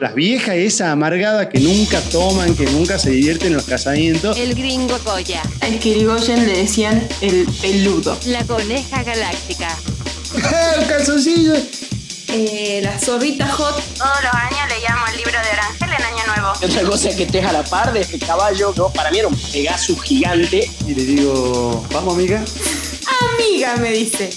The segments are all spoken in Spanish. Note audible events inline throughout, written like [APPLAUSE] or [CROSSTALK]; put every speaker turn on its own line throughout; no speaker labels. Las viejas esas amargadas que nunca toman, que nunca se divierten en los [LAUGHS] casamientos.
El gringo Goya.
Al Kirigoyen le decían el peludo.
La coneja galáctica.
¡El calzoncillo!
Eh, la zorrita hot.
Todos los años leíamos el libro de Orangel en Año Nuevo.
Y otra cosa es que estés a la par de este caballo. Yo, para mí era un Pegasus gigante.
Y le digo, vamos amiga.
Amiga, me dice.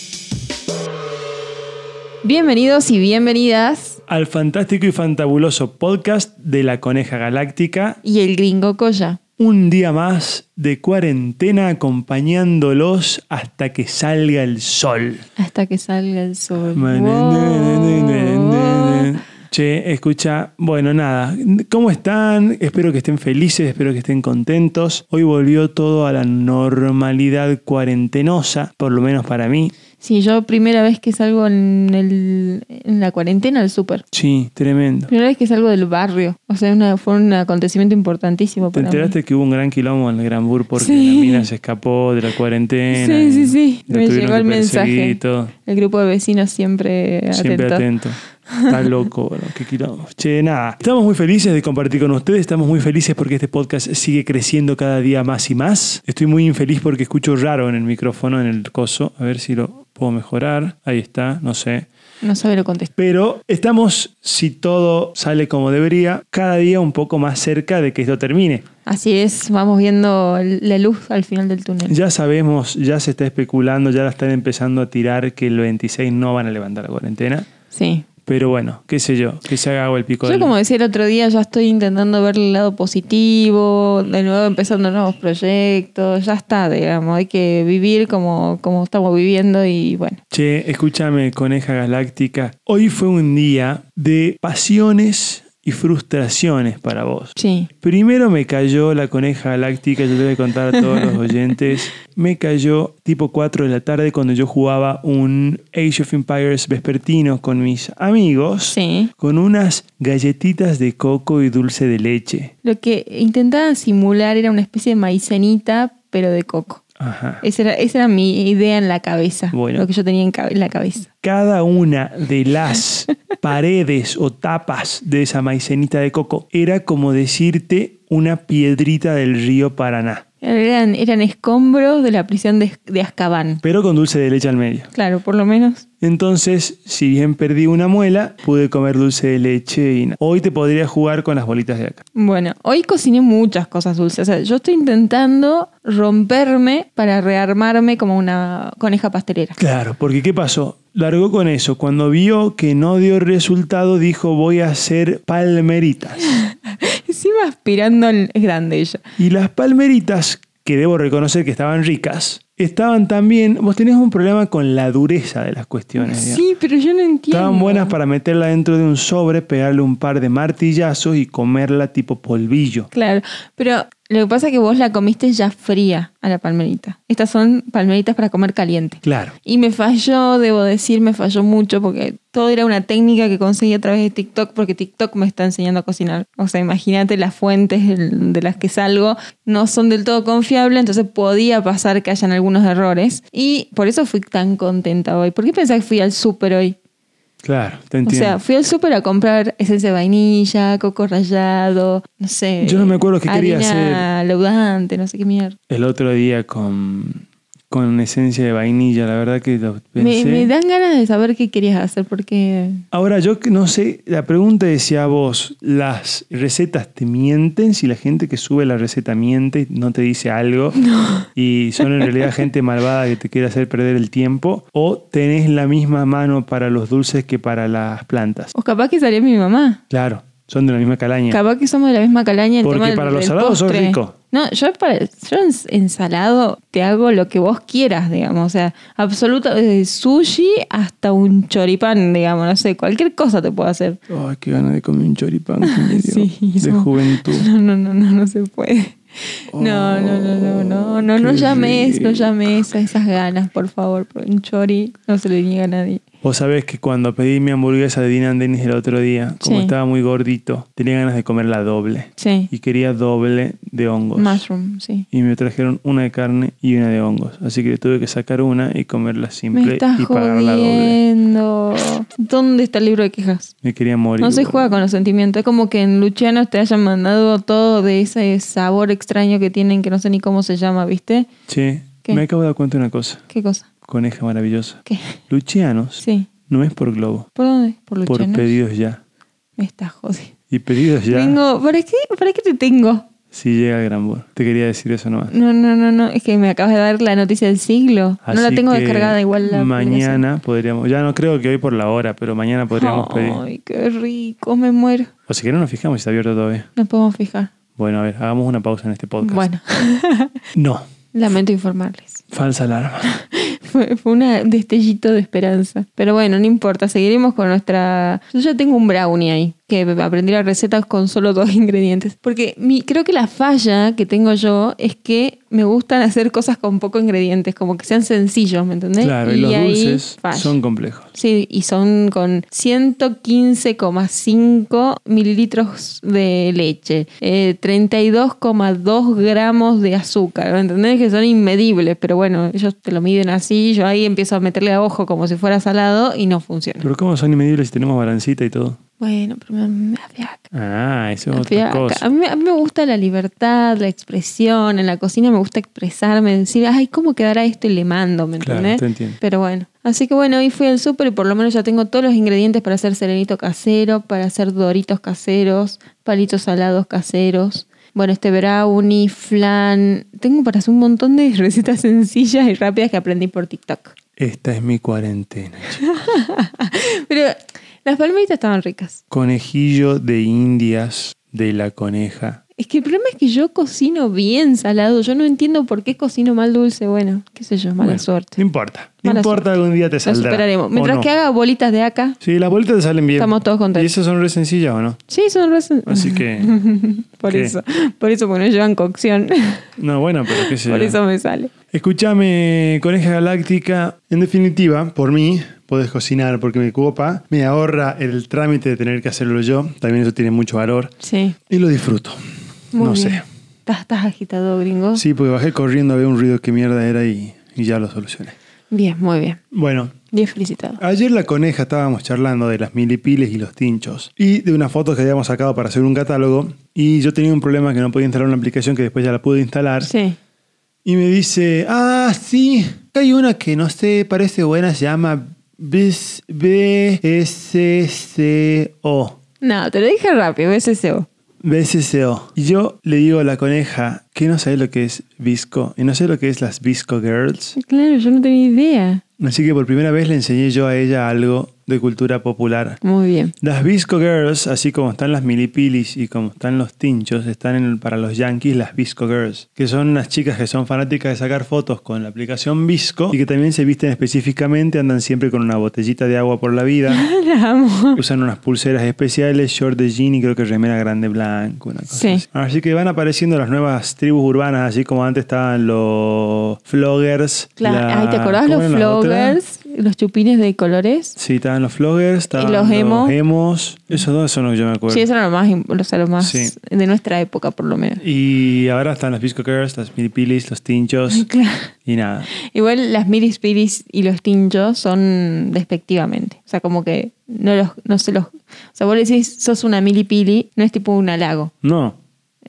Bienvenidos y bienvenidas
al fantástico y fantabuloso podcast de La Coneja Galáctica.
y el gringo Coya.
Un día más de cuarentena acompañándolos hasta que salga el sol.
Hasta que salga el sol. Wow.
Che, escucha, bueno, nada, ¿cómo están? Espero que estén felices, espero que estén contentos. Hoy volvió todo a la normalidad cuarentenosa, por lo menos para mí.
Sí, yo primera vez que salgo en, el- en la cuarentena al súper.
Sí, tremendo.
Primera vez que salgo del barrio. O sea, una- fue un acontecimiento importantísimo
¿Te
para
enteraste que hubo un gran quilombo en el Gran Bur porque
Sí.
la mina se escapó de la
mí.
cuarentena?
Sí, sí,
y
sí.
la
Me
tuvieron
llegó
que
el
perseguir y
mensaje.
todo.
El grupo de vecinos siempre,
Siempre
atento.
atento.
[LAUGHS]
Está loco, bro. Qué quilombo. Che, nada. Estamos muy felices de compartir con ustedes. Estamos muy felices porque este podcast sigue creciendo cada día más y más. Estoy muy infeliz porque escucho raro en el micrófono, en el coso. A ver si lo puedo mejorar. Ahí está, no sé.
No sabe lo contestar.
Pero estamos, si todo sale como debería, cada día un poco más cerca de que esto termine.
Así es, vamos viendo el- la luz al final del túnel.
Ya sabemos, ya se está especulando, ya la están empezando a tirar que el 26 no van a levantar la cuarentena.
Sí.
Pero bueno, qué sé yo, que se haga agua el pico
Yo
del-
como decía el otro día, ya estoy intentando ver el lado positivo, de nuevo empezando nuevos proyectos, ya está, digamos, hay que vivir como, como estamos viviendo y bueno.
Che, escúchame, coneja galáctica. Hoy fue un día de pasiones y frustraciones para vos.
Sí.
Primero me cayó la coneja galáctica, yo te voy a contar a todos
[LAUGHS]
los oyentes. Me cayó tipo 4 de la tarde cuando yo jugaba un Age of Empires vespertino con mis amigos.
Sí.
Con unas galletitas de coco y dulce de leche.
Lo que intentaban simular era una especie de maicenita, pero de coco.
Ajá.
Esa era, esa era mi idea en la cabeza,
Bueno.
lo que yo tenía en, cabe- en la cabeza.
Cada una de [LAUGHS] las paredes o tapas de esa maicenita de coco era como decirte una piedrita del río Paraná,
Eran, eran escombros de la prisión de, de Azkaban.
pero con dulce de leche al medio.
Claro, por lo menos.
Entonces, si bien perdí una muela, pude comer dulce de leche y na- hoy te podría jugar con las bolitas de acá.
Bueno, hoy cociné muchas cosas dulces. O sea, yo estoy intentando romperme para rearmarme como una coneja pastelera. [LAUGHS]
Claro, porque ¿qué pasó? Largó con eso. Cuando vio que no dio resultado, dijo voy a hacer palmeritas.
Encima aspirando al- es grande ella.
Y las palmeritas, que debo reconocer que estaban ricas, estaban también. Vos tenés un problema con la dureza de las cuestiones. digamos.
Sí, pero yo no entiendo.
Estaban buenas para meterla dentro de un sobre, pegarle un par de martillazos y comerla tipo polvillo.
Claro, pero lo que pasa es que vos la comiste ya fría a la palmerita. Estas son palmeritas para comer caliente.
Claro.
Y me falló, debo decir, me falló mucho porque todo era una técnica que conseguí a través de TikTok porque TikTok me está enseñando a cocinar. O sea, imagínate las fuentes del- de las que salgo no son del todo confiables, entonces podía pasar que hayan algunos errores. Y por eso fui tan contenta hoy. ¿Por qué pensás que fui al súper hoy?
Claro, te
O
entiendo.
sea, fui al súper a comprar esencia de vainilla, coco rallado, no sé.
Yo no me acuerdo qué quería
harina laudante, no sé qué mierda.
El otro día con, con esencia de vainilla, la verdad que lo
Me,
pensé.
me dan ganas de saber qué querías hacer porque
Ahora, yo que no sé, la pregunta decía a vos, ¿las recetas te mienten? Si la gente que sube la receta miente, no te dice
[LAUGHS]
algo y son en realidad gente malvada que te quiere hacer perder el tiempo, o tenés la misma mano para los dulces que para las plantas.
O capaz que salió mi mamá.
Claro, son de la misma calaña.
Capaz que somos de la misma calaña en el
Porque
tema del-
para los
del
salados sos
postre.
rico.
No, yo para yo en- ensalado te hago lo que vos quieras, digamos. O sea, absoluto, desde sushi hasta un choripán, digamos, no sé, cualquier cosa te puedo hacer.
Ay, qué ganas de comer un
[LAUGHS]
choripán que me dio
Sí,
de
somos-
juventud.
[LAUGHS] No, no, no, no, no se puede. No, no, no, no, no, no, no
Oh, qué
llames, no
rico.
llames a esas ganas, por favor. porque Un chori no se le niega a nadie.
Vos sabés que cuando pedí mi hamburguesa de Dinan Dennis el otro día, como
Sí.
estaba muy gordito, tenía ganas de comerla doble.
Sí.
Y quería doble de hongos.
Mushroom, sí.
Y me trajeron una de carne y una de hongos. Así que tuve que sacar una y comerla
Me
simple
estás
y pagar la doble.
jodiendo. ¿Dónde está el libro de quejas?
Me quería morir.
No se
boludo.
juega con los sentimientos. Es como que en Luciano te hayan mandado todo de ese sabor extraño que tienen que no sé ni cómo se llama, ¿viste?
Che,
¿Qué?
me acabo de dar cuenta de una cosa.
¿Qué cosa?
Coneja maravillosa.
¿Qué?
Luchianos
Sí.
no es por globo,
¿Por dónde? Por
por
Luciano.
pedidos ya.
Me estás jodiendo.
Y pedidos ya.
Tengo, ¿para qué, ¿Para qué te tengo?
Si llega el gran Bor. Te quería decir eso nomás.
No, no, no, no. Es que me acabas de dar la noticia del siglo. no la
Así
tengo
que
descargada igual. La aplicación.
Mañana podríamos. Ya no creo que hoy por la hora, pero mañana podríamos pedir.
Ay, qué rico, me muero.
O si querés nos fijamos si está abierto todavía.
Nos podemos fijar.
Bueno, a ver, hagamos una pausa en este podcast.
Bueno, [LAUGHS]
No,
lamento informarles. [LAUGHS]
falsa alarma.
Fue, fue un destellito de esperanza. Pero bueno, no importa, seguiremos con nuestra... Yo ya tengo un brownie ahí, que aprendí las recetas con solo dos [LAUGHS] ingredientes. Porque mi, creo que la falla que tengo yo es que me gustan hacer cosas con pocos ingredientes, como que sean sencillos, ¿me entendés?
Claro, y, los
¿Eh? ahí
dulces
falla.
son complejos.
Sí, y son con 115,5 mililitros de leche, eh, 32,2 gramos de azúcar. ¿Me entendés? Que son inmedibles, pero bueno, ellos te lo miden así. Yo ahí empiezo a meterle a ojo como si fuera salado y no funciona.
Pero ¿cómo son inmedibles si tenemos balancita y todo?
Bueno, pero me, me afiaca,
Ah, eso es
me
otra
afiaca.
cosa.
A mí, a mí me gusta la libertad, la expresión. En la cocina me gusta expresarme, decir, ay, ¿cómo quedará esto? Y le mando, ¿me
Claro,
entendés?
te entiendo.
Pero bueno. Así que bueno, hoy fui al súper y por lo menos ya tengo todos los ingredientes para hacer serenito casero, para hacer doritos caseros, palitos salados caseros. Bueno, este brownie, flan. Tengo para hacer un montón de [LAUGHS] recetas sencillas y rápidas que aprendí por TikTok.
Esta es mi cuarentena. chicos.
Pero las palmitas estaban ricas.
Conejillo de indias de la coneja.
Es que el problema es que yo cocino bien salado. Yo no entiendo por qué cocino mal dulce. Bueno, qué sé yo, mala
Bueno,
suerte.
No importa. No
Mala
importa,
suerte.
algún día te
Lo
saldrá.
superaremos.
¿o
Mientras
no?
que haga bolitas de acá.
Sí, las bolitas te salen bien.
Estamos todos contentos.
¿Y esas son re sencillas o no?
Sí, son recién.
Así que.
[LAUGHS] Por
¿Qué?
eso, por eso porque no llevan cocción.
No, bueno, pero qué sé
Por
yo.
eso me sale.
Escúchame, Coneja Galáctica. En definitiva, por mí, podés cocinar porque me copa, me ahorra el trámite de tener que hacerlo yo. También eso tiene mucho valor.
Sí.
Y lo disfruto. no sé.
¿Estás, estás agitado, gringo?
Sí, porque bajé corriendo, había un ruido que mierda era y, y ya lo solucioné.
Bien, muy bien.
Bueno,
Bien felicitado.
ayer la coneja estábamos charlando de las milipiles y los tinchos y de unas fotos que habíamos sacado para hacer un catálogo. Y yo tenía un problema que no podía instalar una aplicación que después ya la pude instalar.
Sí.
Y me dice, ah, sí, hay una que no sé, parece buena, se llama Bis- BSCO.
No, te lo dije rápido, ese SEO.
BSCO. Y yo le digo a la coneja que no sé lo que es Visco y no sé lo que es las Visco Girls.
Claro, yo no tenía idea.
Así que por primera vez le enseñé yo a ella algo de cultura popular.
Muy bien.
Las Visco Girls, así como están las milipilis y como están los tinchos, están en- para los yankees las Visco Girls, que son unas chicas que son fanáticas de sacar fotos con la aplicación Visco y que también se visten específicamente, andan siempre con una botellita de agua por la vida,
[LAUGHS] La amo.
usan unas pulseras especiales, short de jean y creo que remera grande blanco, una cosa
Sí.
así. Así que van apareciendo las nuevas tribus urbanas, así como antes estaban los floggers.
Claro.
la-
Ay, ¿te acordás
¿cómo
los
eran las otras?
floggers? Los chupines de colores.
Sí, estaban los floggers, estaban
los emo?
emos. Esos dos son los que yo me acuerdo.
Sí, eso era lo más, im- o sea, lo más
Sí.
de nuestra época, por lo menos. [LAUGHS]
Y ahora están las Pisco Girls, las Milipilis, los Tinchos
Claro.
y nada.
Igual las mirispiris y los tinchos son despectivamente. O sea, como que no los, no se los. O sea, vos le decís sos una milipili, no es tipo un halago.
No,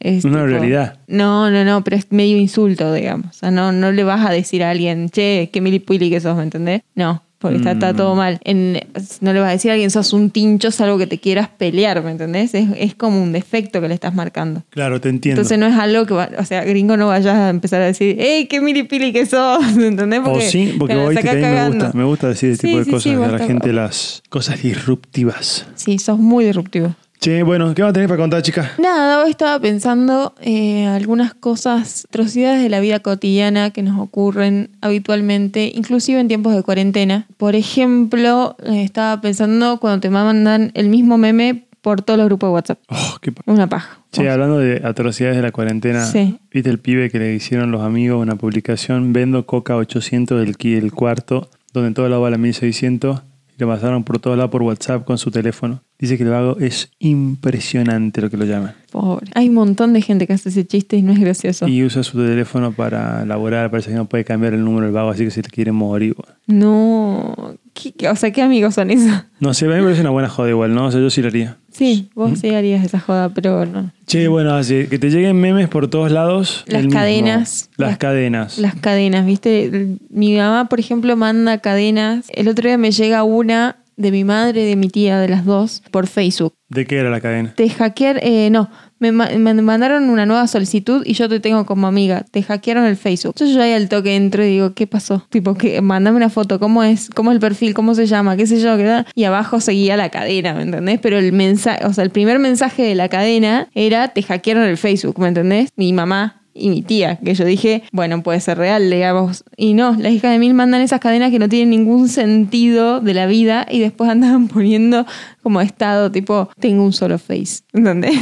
Es
Una
tipo-
realidad.
No, no, no, pero es medio insulto, digamos. O sea, no, no le vas a decir a alguien, che, qué milipili que sos, ¿me entendés? No, porque está, está
Mm.
todo mal. En- no le vas a decir a alguien sos un tincho, salvo que te quieras pelear, ¿me entendés? Es, es como un defecto que le estás marcando.
claro, te entiendo.
Entonces no es algo que, va- o sea, gringo no vayas a empezar a decir, ¡Ey, qué milipili que sos! [LAUGHS] ¿Entendés?
o sí, porque
te la
hoy te
sacás
caí, me
cagando.
gusta, me gusta decir este
Sí,
tipo de
sí,
cosas,
sí,
que a
vos
la
estás-
gente las cosas disruptivas.
Sí, sos muy disruptivo.
Che, bueno, ¿qué va a tener para contar, chica?
Nada, hoy estaba pensando eh, algunas cosas, atrocidades de la vida cotidiana que nos ocurren habitualmente, inclusive en tiempos de cuarentena. Por ejemplo, eh, estaba pensando cuando te mandan el mismo meme por todos los grupos de WhatsApp.
Oh, qué pa-
Una paja.
Che, hablando de atrocidades de la cuarentena,
Sí.
¿viste el pibe que le hicieron los amigos una publicación? Vendo coca 800 del, ki- del cuarto, donde en todo lado va la 1600, y lo pasaron por todo lado por WhatsApp con su teléfono. Dice que el vago es impresionante lo que lo llaman.
Pobre. Hay un montón de gente que hace ese chiste y no es gracioso.
Y usa su teléfono para laborar, parece que no puede cambiar el número del vago, así que se le quiere morir. bueno.
No. ¿Qué- qué- o sea, ¿qué amigos son esos?
No sé, a mí me parece una buena joda igual, ¿no? O sea, yo sí lo haría.
Sí, vos sí harías esa joda, pero no.
Che, bueno, así que te lleguen memes por todos lados.
Las
el mismo.
cadenas.
Las,
Las-
cadenas.
Las cadenas, ¿viste? Mi mamá, por ejemplo, manda cadenas. El otro día me llega una de mi madre y de mi tía, de las dos, por Facebook.
¿De qué era la cadena?
Te hackearon, no, me, ma- me mandaron una nueva solicitud y yo te tengo como amiga. Te hackearon el Facebook. Entonces yo ahí al toque entro y digo, ¿qué pasó? Tipo, que mandame una foto, ¿cómo es? ¿Cómo es el perfil? ¿Cómo se llama? ¿Qué sé yo? ¿Qué tal? Y abajo seguía la cadena, ¿me entendés? Pero el mensaje, o sea, el primer mensaje de la cadena era, te hackearon el Facebook, ¿me entendés? Mi mamá. Y mi tía, que yo dije, bueno, puede ser real, digamos. Y no, las hijas de mil mandan esas cadenas que no tienen ningún sentido de la vida y después andaban [LAUGHS] poniendo como estado, tipo, tengo un solo face. ¿Entendés?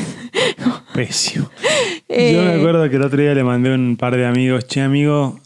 Pésimo.
Eh,
[LAUGHS] Yo me acuerdo que el otro día le mandé a un par de amigos, che amigo,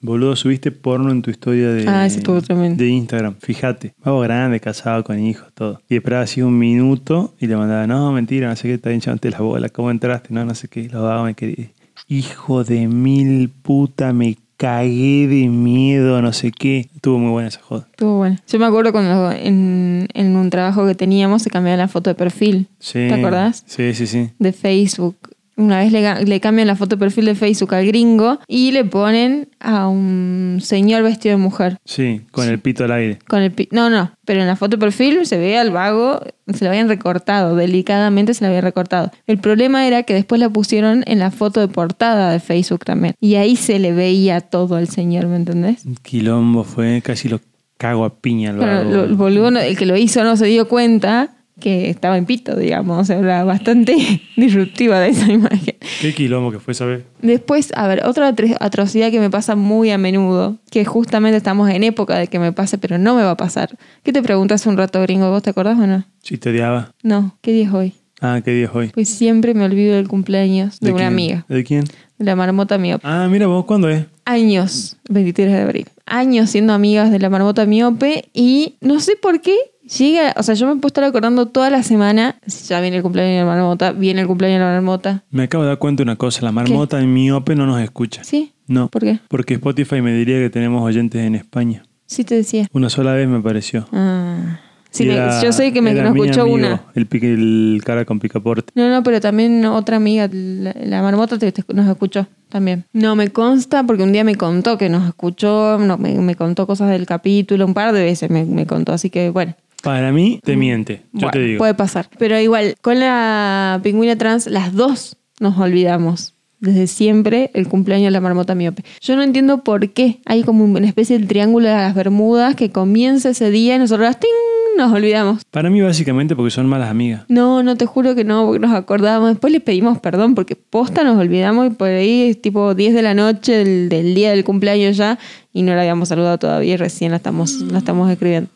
boludo, subiste porno en tu historia de,
Ah, eso estuvo tremendo.
de Instagram. Fíjate, vago grande, casado con hijos, todo. Y esperaba así un minuto y le mandaba, no, mentira, no sé qué, está hinchándote la bola, ¿cómo entraste? No, no sé qué, lo vago me quería. Hijo de mil puta, me cagué de miedo, no sé qué. Estuvo muy buena esa joda.
Estuvo bueno. Yo me acuerdo cuando en, en un trabajo que teníamos se cambiaba la foto de perfil.
Sí.
¿Te acordás?
Sí, sí, sí.
De Facebook. Una vez le, ga- le cambian la foto de perfil de Facebook al gringo y le ponen a un señor vestido de mujer.
Sí, con el pito al aire.
Con el pi- no, no, pero en la foto de perfil se ve al vago, se lo habían recortado, delicadamente se lo habían recortado. El problema era que después la pusieron en la foto de portada de Facebook también. Y ahí se le veía todo al señor, ¿me entendés?
Un quilombo fue, casi lo cago a piña al
Claro,
vago.
lo- el boludo, no- el que lo hizo no se dio cuenta que estaba en pito, digamos. O sea, era bastante [LAUGHS] disruptiva de esa imagen.
Qué quilombo que fue, ¿sabes?
Después, a ver, otra atro- atrocidad que me pasa muy a menudo, que justamente estamos en época de que me pase, pero no me va a pasar. ¿Qué te preguntas un rato, gringo? ¿Vos te acordás o no?
Sí, te odiaba.
No, ¿qué día es hoy?
Ah, ¿qué día es hoy?
Pues siempre me olvido del cumpleaños de, una
quién?
amiga,
¿De quién?
de la marmota mía.
Ah, mira vos, ¿cuándo es?
años, 23 de abril, años siendo amigas de la marmota miope y no sé por qué llega, o sea, yo me puedo estar acordando toda la semana, si ya viene el cumpleaños de la marmota, viene el cumpleaños de la marmota,
Me acabo de dar cuenta de una cosa, la marmota en miope no nos escucha.
¿sí?
No.
¿Por qué?
Porque Spotify me diría que tenemos oyentes en España.
Sí te decía.
Una sola vez me pareció.
Ah. Sí,
Y
me-
era-
yo sé que me,
era
nos
mi
escuchó
amigo,
una.
El, pique- el cara con picaporte.
No, no, pero también otra amiga, la, la marmota, te- te- nos escuchó también. No me consta porque un día me contó que nos escuchó, no, me, me contó cosas del capítulo, un par de veces me- me contó, así que bueno.
Para mí, te miente. Yo
Mm. Bueno, pues-
te digo.
Puede pasar. Pero igual, con la pingüina trans, las dos nos olvidamos. Desde siempre el cumpleaños de la marmota miope. Yo no entiendo por qué. Hay como una especie de triángulo de las Bermudas que comienza ese día y nosotros ¡ting! nos olvidamos.
Para mí, básicamente, porque son malas amigas.
No, no te juro que no, porque nos acordábamos. Después le pedimos perdón porque posta nos olvidamos y por ahí es tipo 10 de la noche del, del día del cumpleaños ya y no la habíamos saludado todavía y recién la estamos, la estamos escribiendo.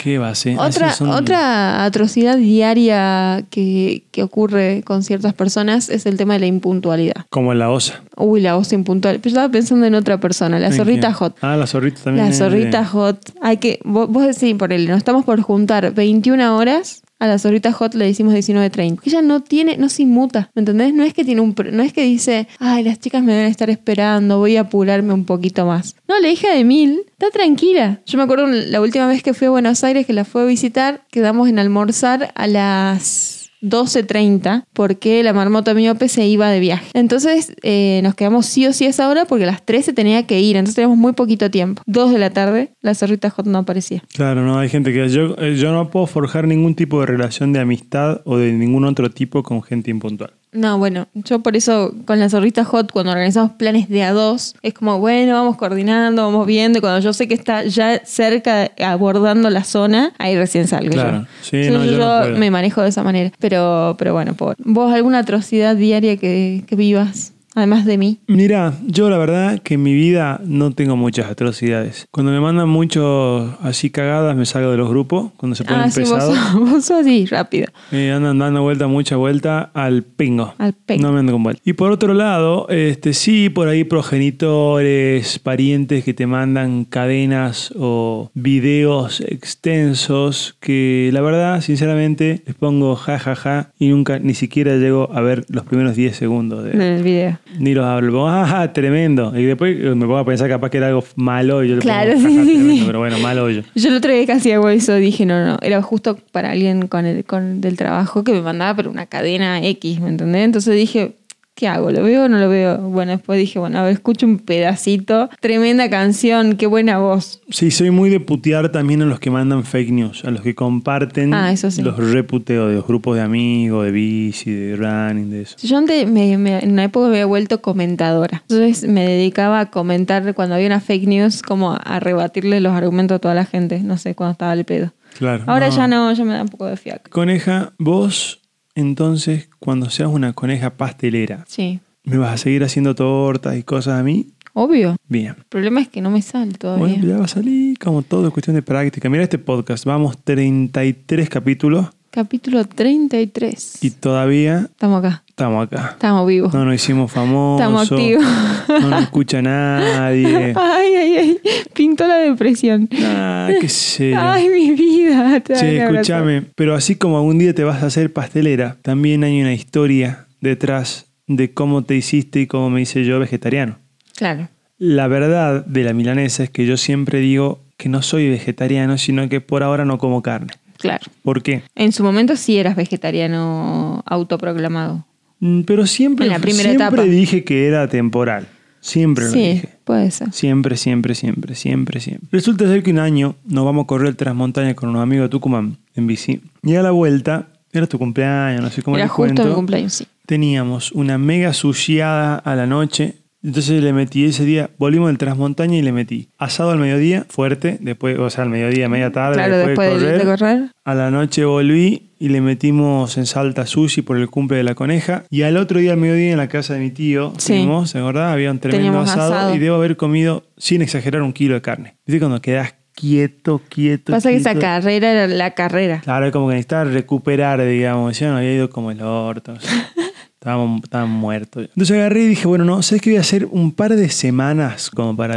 ¿Qué va a ser?
Otra,
Eh, Así son-
otra atrocidad diaria que, que ocurre con ciertas personas es el tema de la impuntualidad.
Como la osa.
Uy, la voz impuntual. Pero yo estaba pensando en otra persona, la
¿En
zorrita
quién?
hot.
Ah, la zorrita también.
La
es de-
zorrita hot. Hay que, vos, vos decís, ponele, nos estamos por juntar 21 horas. A la zorrita hot le decimos 19.30. Ella no tiene, no se inmuta, ¿me entendés? No es que tiene un, pr- no es que dice, ay, las chicas me van a estar esperando, voy a apurarme un poquito más. No, la hija de Mil está tranquila. Yo me acuerdo la última vez que fui a Buenos Aires, que la fue a visitar, quedamos en almorzar a las 12.30 porque la marmota miope se iba de viaje. Entonces eh, nos quedamos sí o sí a esa hora porque a las 13 tenía que ir, entonces teníamos muy poquito tiempo. 2 de la tarde, la zorrita hot no aparecía.
Claro, no, hay gente que yo, eh, yo no puedo forjar ningún tipo de relación de amistad o de ningún otro tipo con gente impuntual.
No, bueno, yo por eso con la zorrita hot, cuando organizamos planes de a dos, es como, bueno, vamos coordinando, vamos viendo, y cuando yo sé que está ya cerca, abordando la zona, ahí recién salgo.
Claro.
yo.
Sí,
Entonces
no, yo no puedo.
me manejo de esa manera. Pero, pero bueno, pobre. ¿vos alguna atrocidad diaria que, que vivas? Además de mí.
Mira, yo la verdad que en mi vida no tengo muchas atrocidades. Cuando me mandan muchos así cagadas, me salgo de los grupos. Cuando se ponen
Ah, sí, vos,
pesados,
sos- [LAUGHS] vos sos así, rápido.
me andan dando vuelta, mucha vuelta al pingo.
Al pingo.
No me ando con vuelta. Y por otro lado, este sí, por ahí progenitores, parientes que te mandan cadenas o videos extensos que la verdad, sinceramente, les pongo jajaja y nunca ni siquiera llego a ver los primeros 10 segundos de,
Del video.
ni los hablo. Pongo, "Ah, tremendo. Y después eh, me pongo a pensar capaz que era algo malo. Y yo le
Claro,
pongo,
sí,
"Ajá,
sí,
tremendo",
sí.
Pero bueno, malo yo.
Yo el otro día casi hago eso, dije, no, no, era justo para alguien con el, con, del trabajo que me mandaba, pero una cadena X, ¿me entendés? Entonces dije, ¿qué hago? ¿Lo veo o no lo veo? Bueno, después dije, bueno, a ver, escucho un pedacito, tremenda canción, qué buena voz.
Sí, soy muy de putear también a los que mandan fake news, a los que comparten
Ah, eso sí.
los reputeo de los grupos de amigos, de bici, de running, de eso.
Yo antes, me- me- en una época me había vuelto comentadora. Entonces me dedicaba a comentar cuando había una fake news, como a rebatirle los argumentos a toda la gente, no sé, cuando estaba el pedo.
Claro.
Ahora ya no, ya me da un poco de fiaca.
Coneja, vos entonces, cuando seas una coneja pastelera,
Sí,
¿me vas a seguir haciendo tortas y cosas a mí?
obvio.
Bien.
El problema es que no me sale todavía.
Bueno, ya va a salir, como todo, es cuestión de práctica. Mira este podcast, vamos 33 capítulos
Capítulo 33.
y todavía
Estamos acá,
estamos acá.
estamos vivos.
No nos hicimos famosos.
Oh. Estamos activos.
No nos escucha nadie.
[LAUGHS] Ay, ay, ay. Pintó la depresión.
Ah, qué sé yo.
[LAUGHS] Ay, mi vida. Te
Che,
doy un abrazo.
escúchame, pero así como algún día te vas a hacer pastelera, también hay una historia detrás de cómo te hiciste y cómo me hice yo vegetariano.
Claro.
La verdad de la milanesa es que yo siempre digo que no soy vegetariano, sino que por ahora no como carne.
Claro.
¿Por qué?
En su momento sí eras vegetariano autoproclamado.
Mm, Pero siempre,
En la primera
siempre
etapa.
dije que era temporal. Siempre lo
sí,
dije.
puede ser.
Siempre, siempre, siempre, siempre, siempre. Resulta ser que un año nos vamos a correr tras montaña con unos amigos de Tucumán en bici. Y a la vuelta, era tu cumpleaños, no sé cómo
Era
les
justo mi
cuento.
cumpleaños, sí.
Teníamos una mega sushiada a la noche. Entonces le metí ese día, volvimos del Transmontaña y le metí asado al mediodía, fuerte, después, o sea, al mediodía, media tarde,
Claro,
después,
después de-
de, correr.
de correr.
A la noche volví y le metimos en salta sushi por el cumple de la coneja. Y al otro día, al mediodía, en la casa de mi tío,
Sí.
fuimos, ¿se acordás? Había un tremendo
Teníamos
asado,
asado.
y debo haber comido, sin exagerar, un kilo de carne. ¿Viste cuando quedás quieto, quieto?
Pasa que esa
quieto?
carrera era la carrera.
Claro, como que necesitaba recuperar, digamos. Yo no había ido como el orto. o sea, Estábamos, estábamos muertos. Entonces agarré y dije, bueno, no, ¿sabes qué voy a hacer? Un par de semanas como para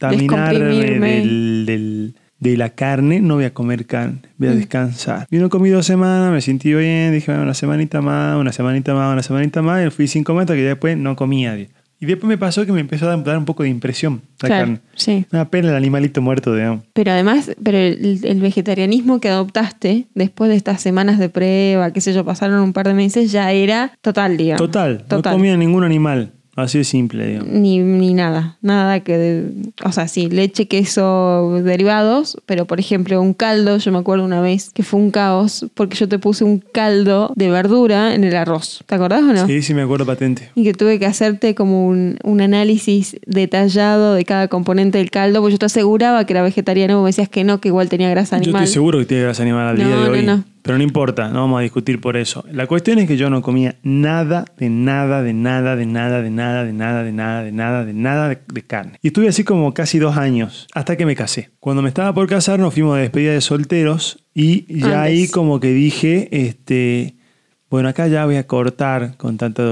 descontaminarme
Descomprimirme.
del- del- de la carne. No voy a comer carne, voy a
Mm.
descansar. Y no comí dos semanas, me sentí bien. Dije, bueno, una semanita más, una semanita más, una semanita más. Y fui cinco meses que ya después no comía. Y después me pasó que me empezó a dar un poco de impresión la
Claro,
carne.
sí.
Una pena el animalito muerto, digamos.
Pero además, pero el, el vegetarianismo que adoptaste después de estas semanas de prueba, qué sé yo, pasaron un par de meses, ya era total, digamos.
Total,
total.
no comía ningún animal. Así de simple, digamos.
Ni, ni nada, nada que... de- o sea, sí, leche, queso, derivados, pero por ejemplo un caldo, yo me acuerdo una vez que fue un caos porque yo te puse un caldo de verdura en el arroz, ¿te acordás o no?
Sí, sí, me acuerdo patente.
Y que tuve que hacerte como un, un análisis detallado de cada componente del caldo, porque yo te aseguraba que era vegetariano, vos me decías que no, que igual tenía grasa
Yo
animal.
estoy seguro que tiene grasa animal al
No,
día de
no,
hoy.
no.
Pero no importa, no vamos a discutir por eso. La cuestión es que yo no comía nada, de nada, de nada, de nada, de nada, de nada, de nada, de nada, de nada de, de carne. Y estuve así como casi dos años, hasta que me casé. Cuando me estaba por casar, nos fuimos de despedida de solteros y ya
Andes.
ahí como que dije, este, bueno, acá ya voy a cortar con tanta,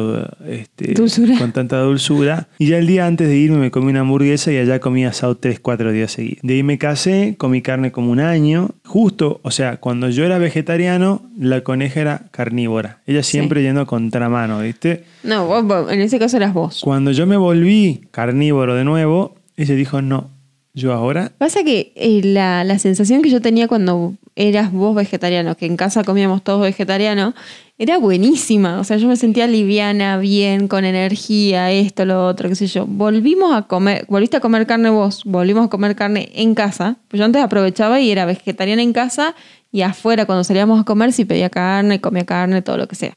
este,
Dulzura.
con tanta dulzura. Y ya el día antes de irme me comí una hamburguesa y allá comí asado 3, 4 días seguidos. De ahí me casé, comí carne como un año. Justo, o sea, cuando yo era vegetariano, la coneja era carnívora. Ella siempre yendo a contramano, ¿viste?
No, vos- vos- en ese caso eras vos.
Cuando yo me volví carnívoro de nuevo, ella dijo, no, yo ahora...
Pasa que eh, la, la sensación que yo tenía cuando eras vos vegetariano, que en casa comíamos todos vegetariano, era buenísima. O sea, yo me sentía liviana, bien, con energía, esto, lo otro, qué sé yo. Volvimos a comer, volviste a comer carne vos, volvimos a comer carne en casa. Pues yo antes aprovechaba y era vegetariana en casa y afuera cuando salíamos a comer sí pedía carne, comía carne, todo lo que sea.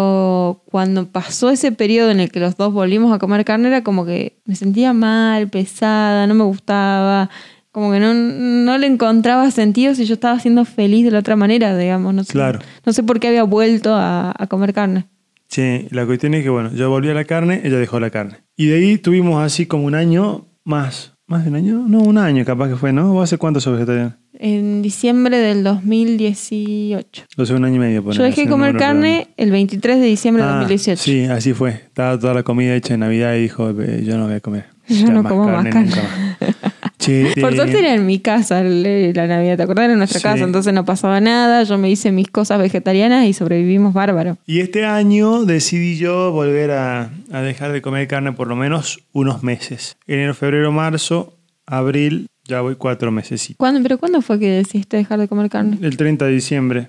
Pero cuando pasó ese periodo en el que los dos volvimos a comer carne era como que me sentía mal, pesada, no me gustaba, como que no, no le encontraba sentido si yo estaba siendo feliz de la otra manera, digamos. No sé,
Claro.
no sé por qué había vuelto a, a comer carne.
Che, la cuestión es que, bueno, yo volví a la carne, ella dejó la carne. Y de ahí tuvimos así como un año más. ¿Más de un año? No, un año capaz que fue, ¿no? ¿Vos hace cuánto sos vegetariano?
En diciembre del 2018.
O sea, un año y medio. ponele,
Yo dejé
así,
de
un
comer
número
carne
redondo.
el 23 de diciembre de
Ah,
2018.
Sí, así fue. Estaba toda la comida hecha en Navidad y dijo, "Eh, yo no voy a comer.
[LAUGHS] Yo
Ya
no como más carne.
nunca
[LAUGHS]
más". Che,
Por
eh,
suerte era en mi casa el- eh, la Navidad, ¿te acordás? Era en nuestra
Sí.
casa, entonces no pasaba nada. Yo me hice mis cosas vegetarianas y sobrevivimos bárbaro.
Y este año decidí yo volver a, a dejar de comer carne por lo menos unos meses. Enero, febrero, marzo, abril, ya voy cuatro meses.
¿Cuándo, ¿Pero cuándo fue que decidiste dejar de comer carne?
El 30 de diciembre.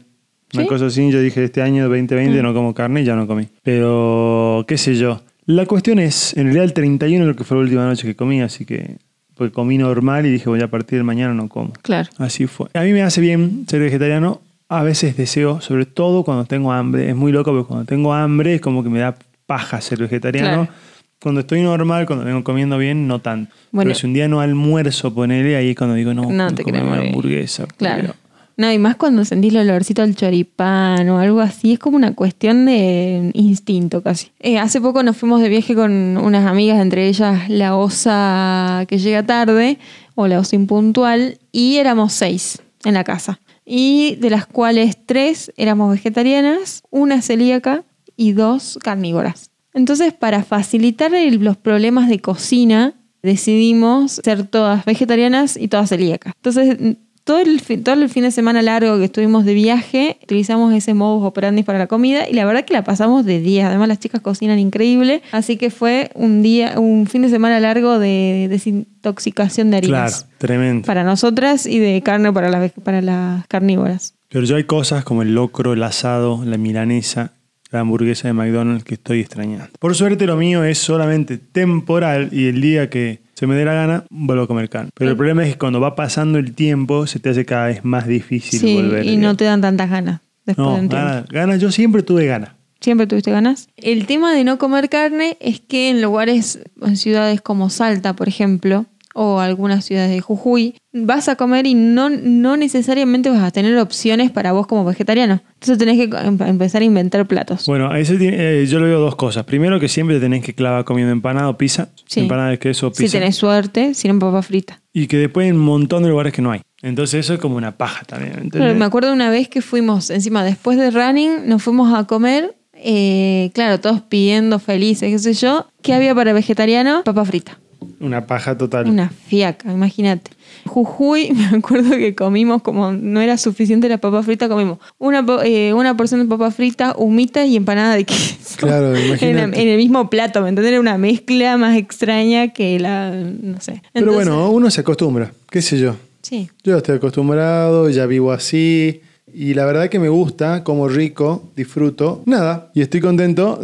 Una
¿Sí? Mm.
cosa así, yo dije este año 2020 no como carne y ya no comí. Pero qué sé yo. La cuestión es, en realidad el 31 creo que fue la última noche que comí, así que... Porque comí normal y dije, voy a partir del mañana no como.
Claro.
Así fue. A mí me hace bien ser vegetariano. A veces deseo, sobre todo cuando tengo hambre. Es muy loco, porque cuando tengo hambre es como que me da paja ser vegetariano.
Claro.
Cuando estoy normal, cuando vengo comiendo bien, no tanto.
Bueno.
Pero si un día no almuerzo, ponele, ahí es cuando digo, no,
No
quiero
te
comer
querés
una
morir.
hamburguesa.
Claro.
pero-
No, y más cuando sentís el olorcito al choripán o algo así, es como una cuestión de instinto casi. Eh, hace poco nos fuimos de viaje con unas amigas, entre ellas la osa que llega tarde o la osa impuntual, y éramos seis en la casa. Y de las cuales tres éramos vegetarianas, una celíaca y dos carnívoras. Entonces, para facilitar el- los problemas de cocina, decidimos ser todas vegetarianas y todas celíacas. Entonces, n- todo el, fi- todo el fin de semana largo que estuvimos de viaje, utilizamos ese modus operandi para la comida y la verdad que la pasamos de 10. Además, las chicas cocinan increíble, así que fue un día, un fin de semana largo de desintoxicación de
Claro,
harinas.
tremendo.
Para nosotras y de carne para las, ve- para las carnívoras.
Pero yo hay cosas como el locro, el asado, la milanesa, la hamburguesa de McDonald's que estoy extrañando. Por suerte lo mío es solamente temporal y el día que se me dé la gana vuelvo a comer carne. Pero el problema es que cuando va pasando el tiempo se te hace cada vez más difícil
Sí,
volver.
y no te dan tantas ganas después de
No,
un tiempo.
ganas, ganas, yo siempre tuve ganas.
¿Siempre tuviste ganas? El tema de no comer carne es que en lugares, en ciudades como Salta, por ejemplo, o algunas ciudades de Jujuy, vas a comer y no, no necesariamente vas a tener opciones para vos como vegetariano. Entonces tenés que em- empezar a inventar platos.
Bueno, a ese tiene- eh, yo le veo dos cosas. Primero que siempre te tenés que clavar comiendo empanada o pizza.
Sí.
Empanada de queso o pizza.
si tenés suerte, si no papa frita.
Y que después hay un montón de lugares que no hay. Entonces eso es como una paja también. ¿entendés?
Claro, me acuerdo una vez que fuimos, encima después de running, nos fuimos a comer, eh, claro, todos pidiendo felices, qué sé yo. ¿Qué había para vegetariano? Papa frita.
Una paja total.
Una fiaca, imagínate. Jujuy, [LAUGHS] me acuerdo que comimos como no era suficiente la papa frita, comimos una, po- eh, una porción de papa frita, humita y empanada de queso.
Claro, imagínate.
[LAUGHS] En, la- en el mismo plato, ¿me entendés? Era una mezcla más extraña que la. no sé.
Pero
Entonces-
bueno, uno se acostumbra, qué sé yo.
Sí.
Yo ya estoy acostumbrado, ya vivo así. Y la verdad que me gusta, como rico, disfruto. Nada, y estoy contento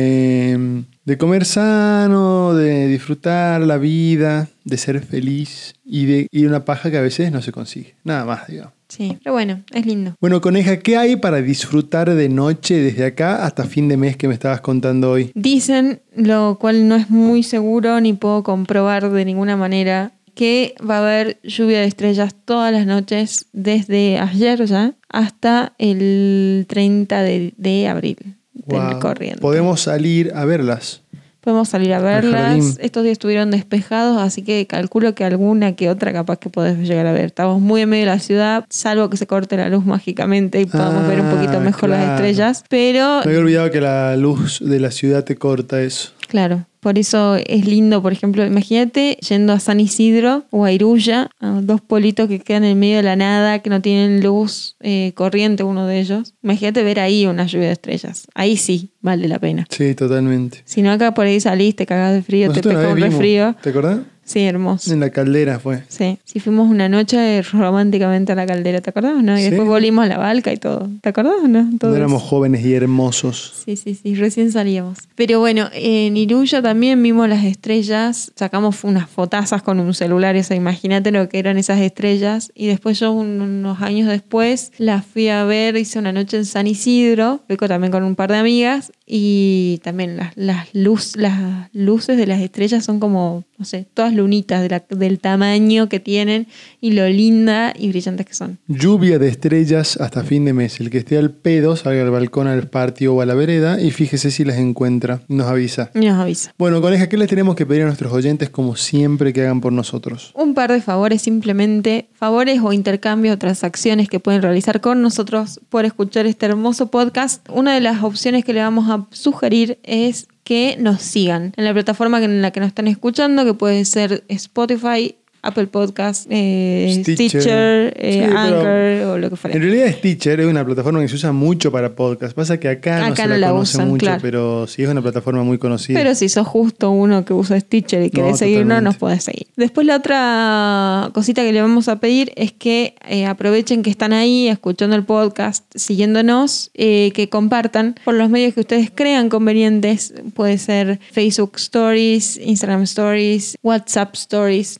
de, de comer sano, de disfrutar la vida, de ser feliz y de y una paja que a veces no se consigue. Nada más, digo.
Sí, pero bueno, es lindo.
Bueno, coneja, ¿qué hay para disfrutar de noche desde acá hasta fin de mes que me estabas contando hoy?
Dicen, lo cual no es muy seguro ni puedo comprobar de ninguna manera, que va a haber lluvia de estrellas todas las noches desde ayer ya hasta el 30 de, de abril del
Guau,
corriente.
Podemos salir a verlas.
Podemos salir a
jardín.
verlas. Estos días estuvieron despejados, así que calculo que alguna que otra capaz que podés llegar a ver. Estamos muy en medio de la ciudad, salvo que se corte la luz mágicamente y podamos ver un poquito
Ah,
mejor las
claro.
estrellas. Pero
Me había olvidado que la luz de la ciudad te corta eso.
Claro, por eso es lindo, por ejemplo, imagínate yendo a San Isidro o a Iruya, a dos pueblitos que quedan en medio de la nada, que no tienen luz eh, corriente uno de ellos. Imagínate ver ahí una lluvia de estrellas. Ahí sí, vale la pena.
Sí, totalmente.
Si no, acá por ahí salís, te cagás de frío, te
Nosotros una vez
pega un
vimos,
resfrío.
¿Te acordás?
Sí, hermoso.
En la caldera fue.
Sí, sí fuimos una noche románticamente a la caldera, ¿te acordás o no? Y
Sí.
después volvimos a la balca y todo. ¿Te acordás o no? Todo
Cuando
eso.
éramos jóvenes y hermosos.
Sí, sí, sí, recién salíamos. Pero bueno, en Iruya también vimos las estrellas, sacamos unas fotazas con un celular, o sea, imagínate lo que eran esas estrellas. Y después yo, un- unos años después, las fui a ver, hice una noche en San Isidro, fui co- también con un par de amigas, Y también las, las, luz, las luces de las estrellas son como, no sé, todas lunitas de la- del tamaño que tienen y lo linda y brillantes que son.
Lluvia de estrellas hasta fin de mes. El que esté al pedo salga al balcón, al patio o a la vereda y fíjese si las encuentra. Nos avisa.
Y nos avisa.
Bueno, coneja, ¿qué les tenemos que pedir a nuestros oyentes como siempre que hagan por nosotros?
Un par de favores simplemente, favores o intercambios o transacciones que pueden realizar con nosotros por escuchar este hermoso podcast. Una de las opciones que le vamos a sugerir es que nos sigan en la plataforma en la que nos están escuchando, que puede ser Spotify, Apple Podcast, eh,
Stitcher.
Stitcher, eh,
Sí, pero-
Anchor o lo que fuera.
En realidad Stitcher es una plataforma que se usa mucho para podcast. Pasa que acá, no
Acá
se
no
la,
la
conoce
usan,
mucho,
claro.
pero sí es una plataforma muy conocida.
Pero si sos justo uno que usa Stitcher y querés seguirnos,
totalmente.
nos podés seguir. Después la otra cosita que le vamos a pedir es que eh, aprovechen que están ahí escuchando el podcast, siguiéndonos, eh, que compartan por los medios que ustedes crean convenientes. Puede ser Facebook Stories, Instagram Stories, WhatsApp Stories.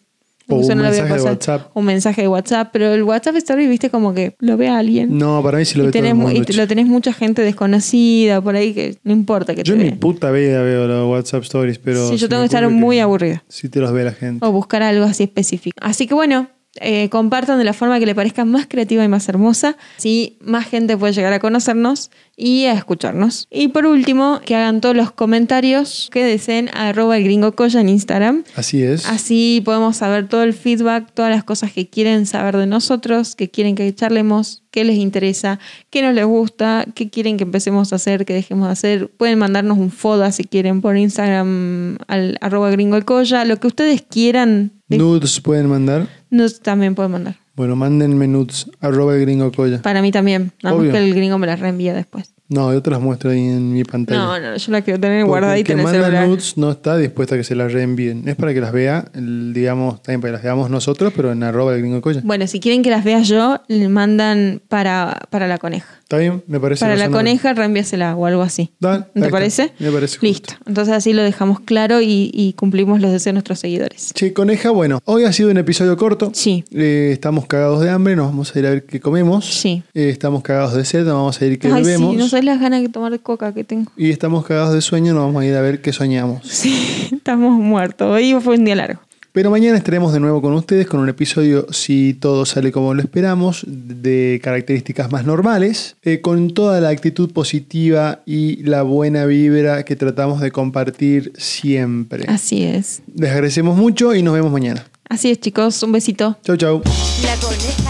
O
Eso
un
no lo voy a
mensaje de
pasar.
WhatsApp.
Un mensaje de WhatsApp, pero el WhatsApp Stories, viste, como que lo ve alguien.
No, para mí sí lo
y
ve todo el
tenés, mu-
mundo.
y
che.
lo tenés mucha gente desconocida por ahí que no importa que
Yo en
te
mi
vea.
puta vida veo los WhatsApp Stories, pero...
eh, Sí, yo
se
tengo
me
que estar
ocurre
muy Oh. aburrida.
Sí te los ve la gente.
O buscar algo así específico. Así que bueno, eh, compartan de la forma que le parezca más creativa y más hermosa. Así más gente puede llegar a conocernos y a escucharnos. Y por último, que hagan todos los comentarios que deseen a arroba el gringo Coya en Instagram.
Así es.
Así podemos saber todo el feedback, todas las cosas que quieren saber de nosotros, que quieren que charlemos, qué les interesa, qué no les gusta, qué quieren que empecemos a hacer, que dejemos de hacer. Pueden mandarnos un FODA si quieren por Instagram al arroba gringo el Colla. Lo que ustedes quieran, de-
Nudes pueden mandar.
nos también pueden mandar.
Bueno, mándenme nudes. Arroba el gringo colla.
Para mí también. Nada más
Obvio.
que el gringo me las reenvía después.
No, yo te las muestro ahí en mi pantalla.
No, no, yo la quiero tener
Porque el
guardadita
que
en el
manda
celular.
nudes no está dispuesta a que se las reenvíen. Es para que las vea, el- digamos, también para que las veamos nosotros, pero en arroba el gringo colla.
Bueno, si quieren que las vea yo, le mandan para, para la coneja.
¿Está bien? Me parece
Para la
razonable.
coneja, reenvíasela o algo así.
Dale, ahí
¿Te
está.
parece?
Me parece justo.
Listo. Entonces así lo dejamos claro y, y cumplimos los deseos de nuestros seguidores.
Che, coneja, bueno, hoy ha sido un episodio corto.
Sí.
Eh, estamos cagados de hambre, nos vamos a ir a ver qué comemos.
Sí.
Eh, estamos cagados de sed, nos vamos a ir qué
Ay,
bebemos.
sí, no sabes las ganas de tomar coca que tengo. [LAUGHS]
Y estamos cagados de sueño, nos vamos a ir a ver qué soñamos.
Sí, estamos muertos. Hoy fue un día largo.
Pero mañana estaremos de nuevo con ustedes con un episodio, si todo sale como lo esperamos, de características más normales, eh, con toda la actitud positiva y la buena vibra que tratamos de compartir siempre.
Así es.
Les agradecemos mucho y nos vemos mañana.
Así es, chicos. Un besito.
Chau, chau.
La coneja